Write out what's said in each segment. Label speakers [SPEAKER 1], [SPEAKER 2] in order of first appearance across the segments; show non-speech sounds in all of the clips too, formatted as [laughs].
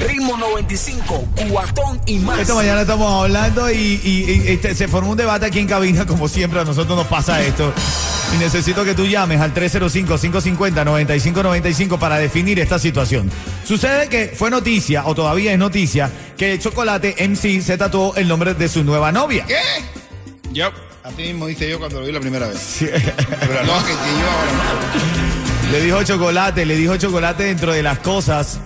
[SPEAKER 1] Ritmo 95, Cubatón y más.
[SPEAKER 2] Esta mañana estamos hablando y, y- y este, se formó un debate aquí en cabina, como siempre, a nosotros nos pasa esto. Y necesito que tú llames al 305-550-9595 para definir esta situación. Sucede que fue noticia, o todavía es noticia, que Chocolate MC se tatuó el nombre de su nueva novia.
[SPEAKER 3] Yo. Así mismo hice yo cuando lo vi la primera vez. Pero no, que, que yo ahora.
[SPEAKER 2] Le dijo Chocolate, le dijo Chocolate dentro de las cosas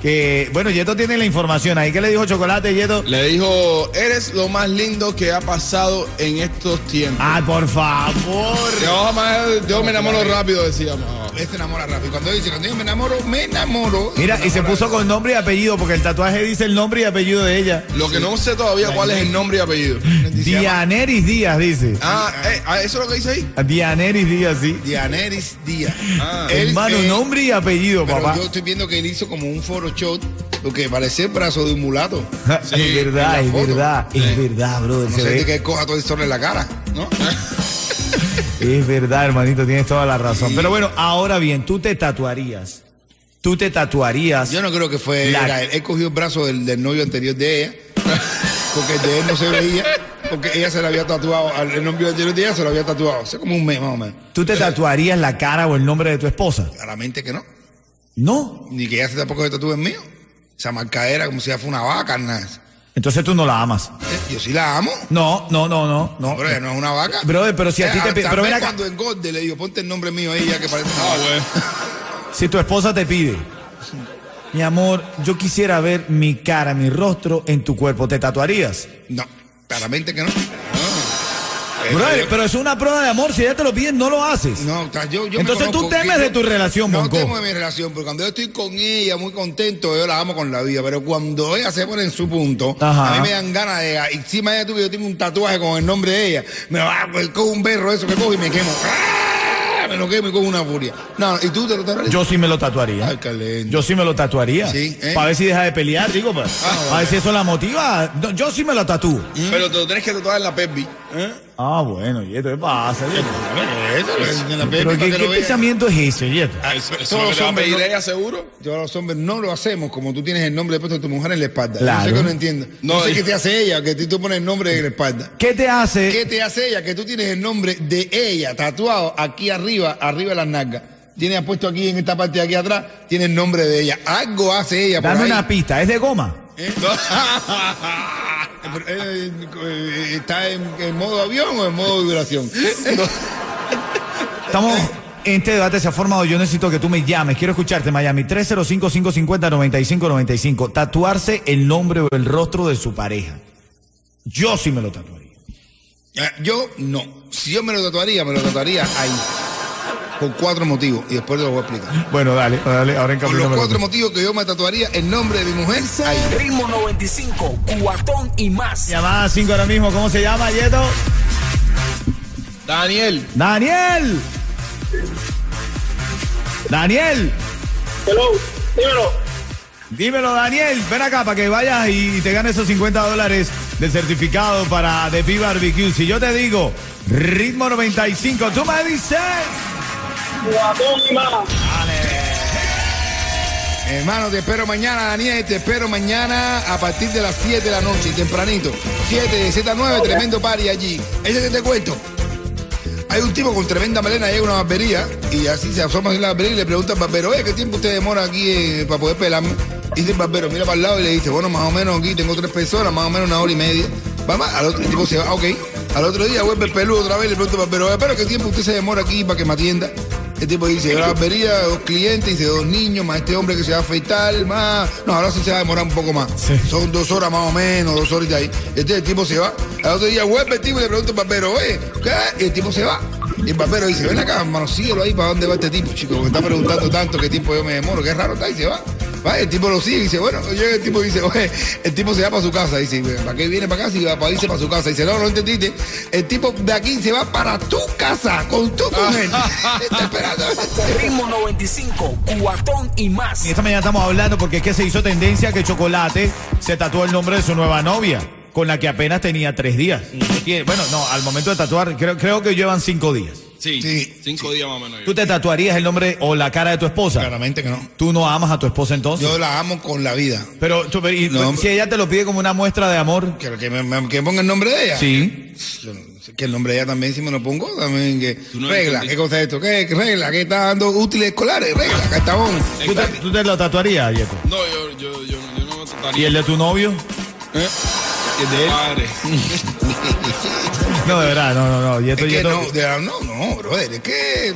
[SPEAKER 2] que... Bueno, Yeto tiene la información ahí. ¿Qué le dijo Chocolate, Yeto?
[SPEAKER 3] Le dijo, eres lo más lindo que ha pasado en estos tiempos.
[SPEAKER 2] ¡Ay, por favor!
[SPEAKER 3] Yo, jamás- yo me enamoro rápido, decíamos. Este enamora rápido. Cuando dice, cuando yo me enamoro, me enamoro.
[SPEAKER 2] Mira, y se puso con nombre y apellido, porque el tatuaje dice el nombre y apellido de ella.
[SPEAKER 3] Lo que no sé todavía cuál es el nombre y apellido.
[SPEAKER 2] Dianeris Díaz, dice.
[SPEAKER 3] Ah, eh, ah, eso es lo que dice ahí.
[SPEAKER 2] Dianeris Díaz, sí.
[SPEAKER 4] Dianeris Díaz.
[SPEAKER 3] Ah.
[SPEAKER 4] Él,
[SPEAKER 2] Hermano,
[SPEAKER 4] eh,
[SPEAKER 2] nombre y apellido,
[SPEAKER 4] Pero
[SPEAKER 2] papá.
[SPEAKER 4] yo estoy viendo que él hizo como un photoshot, lo que parece el brazo de un mulato.
[SPEAKER 2] [laughs] [laughs] es verdad,
[SPEAKER 4] en
[SPEAKER 2] es
[SPEAKER 4] la foto.
[SPEAKER 2] verdad, es verdad, brother.
[SPEAKER 4] No
[SPEAKER 2] se
[SPEAKER 4] sé
[SPEAKER 2] ve-
[SPEAKER 4] de qué coja todo el sol en la cara, ¿no?
[SPEAKER 2] Es verdad, hermanito, tienes toda la razón. Pero bueno, ahora bien, tú te tatuarías. Tú te tatuarías.
[SPEAKER 4] Yo no creo que fue
[SPEAKER 2] La-
[SPEAKER 4] era él. Él cogió el brazo del, del novio anterior de ella, porque el de él no se veía, porque ella se la había tatuado, al- el novio anterior de ella se lo había tatuado, hace como un mes más o menos.
[SPEAKER 2] Tú te tatuarías la cara o el nombre de tu esposa.
[SPEAKER 4] Claramente que no,
[SPEAKER 2] No.
[SPEAKER 4] ni que ella se tampoco se tatúe el mío. Esa marcadera como si ella fuera una vaca, nada. Eh,
[SPEAKER 2] Entonces tú no la amas.
[SPEAKER 4] Yo sí la amo.
[SPEAKER 2] No, no, no, no, no.
[SPEAKER 4] Pero ella no es una vaca. Eh,
[SPEAKER 2] Brother, pero si a ti te pi-
[SPEAKER 4] pide.
[SPEAKER 2] pero ven acá.
[SPEAKER 4] cuando engorde le digo, ponte el nombre mío ahí ya que parece. una
[SPEAKER 3] Ah,
[SPEAKER 4] vaca.
[SPEAKER 3] bueno.
[SPEAKER 2] Si tu esposa te pide, mi amor, yo quisiera ver mi cara, mi rostro en tu cuerpo, ¿te tatuarías?
[SPEAKER 4] No, claramente que no. Eh,
[SPEAKER 2] Brother, pero es una prueba de amor, si ella te lo pide, no lo haces.
[SPEAKER 4] No, o sea, yo, yo me
[SPEAKER 2] Entonces tú
[SPEAKER 4] conozco.
[SPEAKER 2] temes
[SPEAKER 4] Yo-
[SPEAKER 2] de tu relación,
[SPEAKER 4] No
[SPEAKER 2] Bonco.
[SPEAKER 4] temo de mi relación, porque cuando yo estoy con ella muy contento, yo la amo con la vida. Pero cuando ella se pone en su punto,
[SPEAKER 2] Ajá.
[SPEAKER 4] a mí me dan ganas de. Y encima de tú que yo tengo un tatuaje con el nombre de ella, me va a cojo un berro eso que cojo y me quemo. ¡Ah! Me lo quemo y cojo una furia. No, y tú te lo tatuarías.
[SPEAKER 2] Yo sí me lo tatuaría.
[SPEAKER 4] Ay, qué lindo.
[SPEAKER 2] Yo sí me lo tatuaría.
[SPEAKER 4] Sí, ¿eh? Ah,
[SPEAKER 2] Para ver si deja de pelear, digo, para a ver si eso la motiva. No, yo sí me lo tatúo.
[SPEAKER 3] ¿Mm? Pero te lo tenés que tatuar en la pelvis.
[SPEAKER 2] Ah, bueno, Yeto, ¿qué pasa? Yeto?
[SPEAKER 4] Eso, eso, Pues, en la
[SPEAKER 2] Pero
[SPEAKER 4] pelvis,
[SPEAKER 2] ¿qué,
[SPEAKER 4] para que
[SPEAKER 2] qué
[SPEAKER 4] lo veas.
[SPEAKER 2] pensamiento es ese, Yeto?
[SPEAKER 3] Eso, eso
[SPEAKER 4] Todos
[SPEAKER 3] es lo que te va a
[SPEAKER 4] hombres,
[SPEAKER 3] pedir
[SPEAKER 4] ¿no?
[SPEAKER 3] ella, seguro.
[SPEAKER 4] Yo a los hombres no lo hacemos como tú tienes el nombre puesto de tu mujer en la espalda.
[SPEAKER 2] Claro.
[SPEAKER 4] Yo sé que no entiendo. No,
[SPEAKER 3] No,
[SPEAKER 4] sé
[SPEAKER 3] y-
[SPEAKER 4] qué te hace ella, que tú te pones el nombre en la espalda.
[SPEAKER 2] ¿Qué te hace?
[SPEAKER 4] ¿Qué te hace ella? Que tú tienes el nombre de ella tatuado aquí arriba, arriba de las nalgas. Tienes puesto aquí en esta parte de aquí atrás, tiene el nombre de ella. Algo hace ella. por
[SPEAKER 2] Dame
[SPEAKER 4] ahí.
[SPEAKER 2] una pista, ¿es de goma?
[SPEAKER 4] Eh, pero, eh, eh, ¿Está en, en modo avión o en
[SPEAKER 2] [laughs]
[SPEAKER 4] modo vibración?
[SPEAKER 2] Estamos. en Este debate se ha formado. Yo necesito que tú me llames. Quiero escucharte, Miami. 305-550-9595. Tatuarse el nombre o el rostro de su pareja. Yo sí me lo tatuaría.
[SPEAKER 4] Eh, Yo no. Si yo me lo tatuaría, me lo tatuaría ahí. Por cuatro motivos. Y después te los voy a explicar.
[SPEAKER 2] Bueno, dale, dale. Ahora en
[SPEAKER 4] Por
[SPEAKER 2] camino
[SPEAKER 4] los
[SPEAKER 2] me lo
[SPEAKER 4] cuatro
[SPEAKER 2] tatúo.
[SPEAKER 4] motivos que yo me tatuaría el nombre de mi mujer. Ahí.
[SPEAKER 1] Ritmo 95, Cubatón y más.
[SPEAKER 2] Llamada 5 ahora mismo. ¿Cómo se llama, Yeto?
[SPEAKER 3] Daniel.
[SPEAKER 2] Daniel. Daniel.
[SPEAKER 5] Hello, dímelo.
[SPEAKER 2] Dímelo, Daniel. Ven acá para que vayas y te ganes esos 50 dólares de certificado para The Bee Barbecue. Si yo te digo ritmo 95, tú me dices.
[SPEAKER 5] Guatón y más.
[SPEAKER 4] Hermano, te espero mañana, Daniel. Te espero mañana a partir de las 7 de la noche, tempranito. 7 de Z9, tremendo party allí. Ese que te cuento. Hay un tipo con tremenda melena ahí en una barbería y así se asoma en la barbería y le pregunta al barbero, "Oye, ¿qué tiempo usted demora aquí eh, para poder pelarme? Y dice el barbero, mira para el lado y le dice, bueno, más o menos aquí tengo tres personas, más o menos una hora y media. Vamos, al otro el tipo se va, "Ah, ok. Al otro día vuelve el peludo otra vez y le pregunta al barbero, "Oye, pero ¿qué tiempo usted se demora aquí para que me atienda? El tipo dice, la barbería, dos clientes, dice, dos niños, más este hombre que se va a afeitar, más... No, ahora sí se va a demorar un poco más. Son dos horas más o menos, dos horas y de ahí. Entonces el tipo se va. Al otro día vuelve el tipo y le pregunta al barbero, oye, ¿qué? Y el tipo se va. Y el barbero dice, ven acá, hermano, síguelo ahí para dónde va este tipo, chico, que está preguntando tanto qué tiempo yo me demoro, qué raro está, y se va. Va, El tipo lo sigue y dice, bueno, llega el tipo y dice, oye, el tipo se va para su casa. Dice, ¿para qué viene para acá si va para irse para su casa? Dice, no, no entendiste. El tipo de aquí se va para tu casa con [laughs] tu mujer. Está esperando.
[SPEAKER 1] Ritmo 95, cuatón y más.
[SPEAKER 2] Y esta mañana estamos hablando porque es que se hizo tendencia que Chocolate se tatuó el nombre de su nueva novia, con la que apenas tenía tres días. Tiene- Bueno, no, al momento de tatuar, creo, creo que llevan cinco días.
[SPEAKER 3] Sí,
[SPEAKER 4] Sí,
[SPEAKER 3] cinco días más o menos.
[SPEAKER 2] ¿Tú te tatuarías el nombre o la cara de tu esposa?
[SPEAKER 4] Claramente que no.
[SPEAKER 2] ¿Tú no amas a tu esposa entonces?
[SPEAKER 4] Yo la amo con la vida.
[SPEAKER 2] Pero, tú- pero, y-
[SPEAKER 4] No.
[SPEAKER 2] si ella te lo pide como una muestra de amor,
[SPEAKER 4] Que, que me- me- que ponga el nombre de ella.
[SPEAKER 2] sí.
[SPEAKER 4] Yo no sé, Que el nombre de ella también, si me lo pongo, también que.
[SPEAKER 3] no
[SPEAKER 4] regla,
[SPEAKER 3] entendiste.
[SPEAKER 4] ¿qué cosa es esto? ¿Qué qué regla? ¿Qué está dando útiles escolares? Regla, castabón.
[SPEAKER 2] ¿Tú te, tú te lo tatuarías, Yeto?
[SPEAKER 3] No, yo, yo, yo, yo no me
[SPEAKER 2] ¿Y
[SPEAKER 3] trataría.
[SPEAKER 2] el de tu novio?
[SPEAKER 3] el de él? Padre.
[SPEAKER 2] No, de verdad, no, no, no. Yeto,
[SPEAKER 4] Es que
[SPEAKER 2] Yeto-
[SPEAKER 4] no, de verdad, no, no, brother, es que.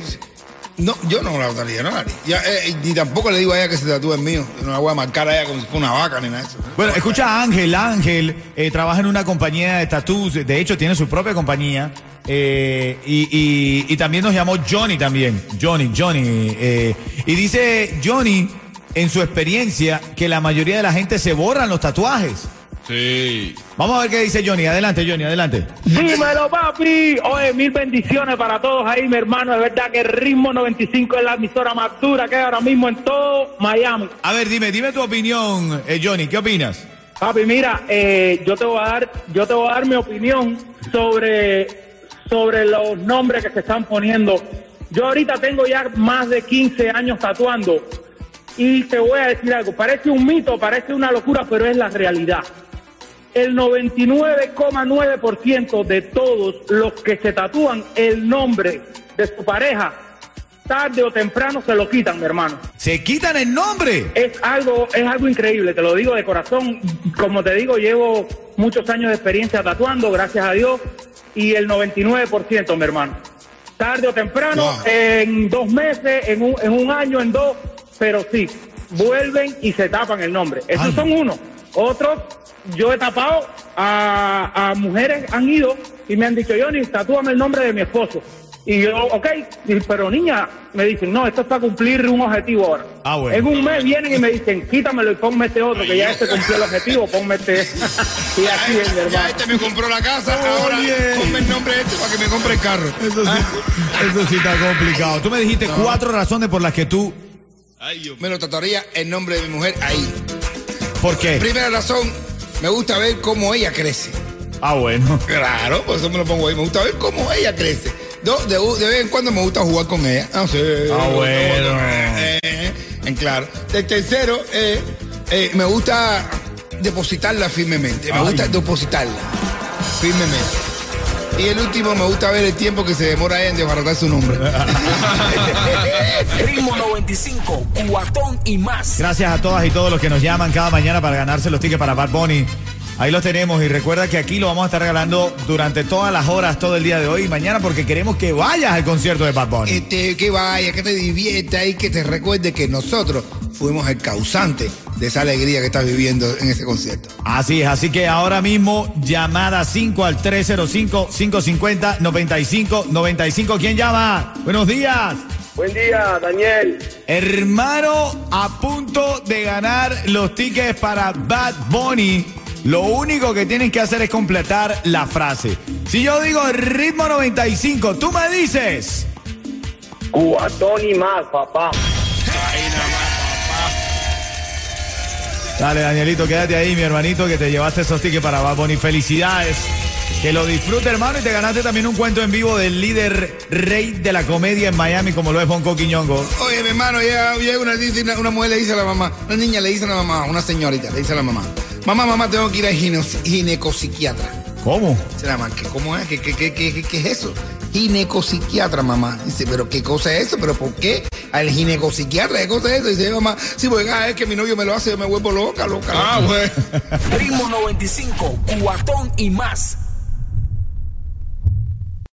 [SPEAKER 4] No, yo no la votaría, no la haría. Ya, eh, Ni tampoco le digo a ella que se tatúe el mío. Yo No la voy a marcar a ella como si fuera una vaca ni nada de eso. ¿eh?
[SPEAKER 2] Bueno, escucha a Ángel. Ángel eh, trabaja en una compañía de tatuos. De hecho, tiene su propia compañía. Eh, y, y- y también nos llamó Johnny también. Johnny, Johnny. eh, y dice Johnny, en su experiencia, que la mayoría de la gente se borran los tatuajes.
[SPEAKER 3] Sí.
[SPEAKER 2] Vamos a ver qué dice Johnny. Adelante, Johnny, adelante.
[SPEAKER 5] Dímelo, papi. Oye, mil bendiciones para todos ahí, mi hermano. Es verdad que Ritmo 95 es la emisora más dura que hay ahora mismo en todo Miami.
[SPEAKER 2] A ver, dime, dime tu opinión, eh, Johnny. ¿Qué opinas?
[SPEAKER 5] Papi, mira, eh, yo te voy a dar, yo te voy a dar mi opinión sobre, sobre los nombres que se están poniendo. Yo ahorita tengo ya más de 15 años tatuando y te voy a decir algo. Parece un mito, parece una locura, pero es la realidad. El 99,9% de todos los que se tatúan el nombre de su pareja, tarde o temprano se lo quitan, mi hermano.
[SPEAKER 2] Se quitan el nombre.
[SPEAKER 5] Es algo, es algo increíble, te lo digo de corazón. Como te digo, llevo muchos años de experiencia tatuando, gracias a Dios, y el 99%, mi hermano. Tarde o temprano,
[SPEAKER 4] Wow.
[SPEAKER 5] en dos meses, en un, en un año, en dos, pero sí, vuelven y se tapan el nombre. Esos
[SPEAKER 2] Ay.
[SPEAKER 5] son unos. Otros, yo he tapado a, a mujeres, han ido y me han dicho, Johnny, tatúame el nombre de mi esposo. Y yo, ok, y- pero niña, me dicen, no, esto es para cumplir un objetivo ahora.
[SPEAKER 2] Ah, bueno.
[SPEAKER 5] En un mes vienen y me dicen, quítamelo y ponme este otro, que ya este cumplió el objetivo,
[SPEAKER 2] [laughs]
[SPEAKER 5] ponme este. y así es, mi
[SPEAKER 4] Ya, ya
[SPEAKER 5] hermano.
[SPEAKER 4] este me compró la casa, ahora
[SPEAKER 2] Oye.
[SPEAKER 4] ponme el nombre de este para que me compre el carro.
[SPEAKER 2] Eso [laughs] sí, eso sí está complicado. Tú me dijiste cuatro razones por las que tú.
[SPEAKER 3] Ay, yo.
[SPEAKER 4] Me lo tatuaría el nombre de mi mujer ahí.
[SPEAKER 2] ¿Por qué?
[SPEAKER 4] Primera razón, me gusta ver cómo ella crece.
[SPEAKER 2] Ah, bueno.
[SPEAKER 4] Claro, por eso me lo pongo ahí. Me gusta ver cómo ella crece. Dos, de, de vez en cuando me gusta jugar con ella. Ah, sí.
[SPEAKER 2] Ah, bueno.
[SPEAKER 4] Eh, eh, en claro. El tercero, eh, eh, me gusta depositarla firmemente. Me
[SPEAKER 2] Ay.
[SPEAKER 4] gusta depositarla firmemente. Y el último, me gusta ver el tiempo que se demora ella en desbaratar su nombre.
[SPEAKER 2] Ah.
[SPEAKER 1] Ritmo 95, cuatón y más.
[SPEAKER 2] Gracias a todas y todos los que nos llaman cada mañana para ganarse los tickets para Bad Bunny. Ahí los tenemos y recuerda que aquí lo vamos a estar regalando durante todas las horas, todo el día de hoy y mañana porque queremos que vayas al concierto de Bad Bunny.
[SPEAKER 4] Este, que vaya, que te divierta y que te recuerde que nosotros fuimos el causante de esa alegría que estás viviendo en ese concierto.
[SPEAKER 2] Así es, así que ahora mismo llamada 5 al 305-550-9595. ¿Quién llama? Buenos días.
[SPEAKER 5] Buen día, Daniel.
[SPEAKER 2] Hermano, a punto de ganar los tickets para Bad Bunny. Lo único que tienes que hacer es completar la frase. Si yo digo ritmo 95, tú me dices.
[SPEAKER 5] Cuatón y más, papá.
[SPEAKER 2] Dale, Danielito, quédate ahí, mi hermanito, que te llevaste esos tickets para Bad Bunny. Felicidades. Que lo disfrute, hermano, y te ganaste también un cuento en vivo del líder rey de la comedia en Miami, como lo es Bonco Quiñongo.
[SPEAKER 4] Oye, mi hermano, llega, llega una, dice- una- una mujer le dice a la mamá, una niña le dice a la mamá, una señorita le dice a la mamá, mamá, mamá, tengo que ir al gine- ginecopsiquiatra.
[SPEAKER 2] ¿Cómo?
[SPEAKER 4] Dice la mamá, ¿qué, ¿cómo es? ¿Qué, qué, qué, qué, qué- qué es eso? Ginecopsiquiatra, mamá. Dice, ¿pero qué cosa es eso? ¿Pero por qué? Al ginecopsiquiatra, ¿qué cosa es eso? Dice, mamá, sí, porque cada vez que mi novio me lo hace, yo me vuelvo loca, loca. loca".
[SPEAKER 3] Ah, güey.
[SPEAKER 1] Ritmo 95, cuatón y más.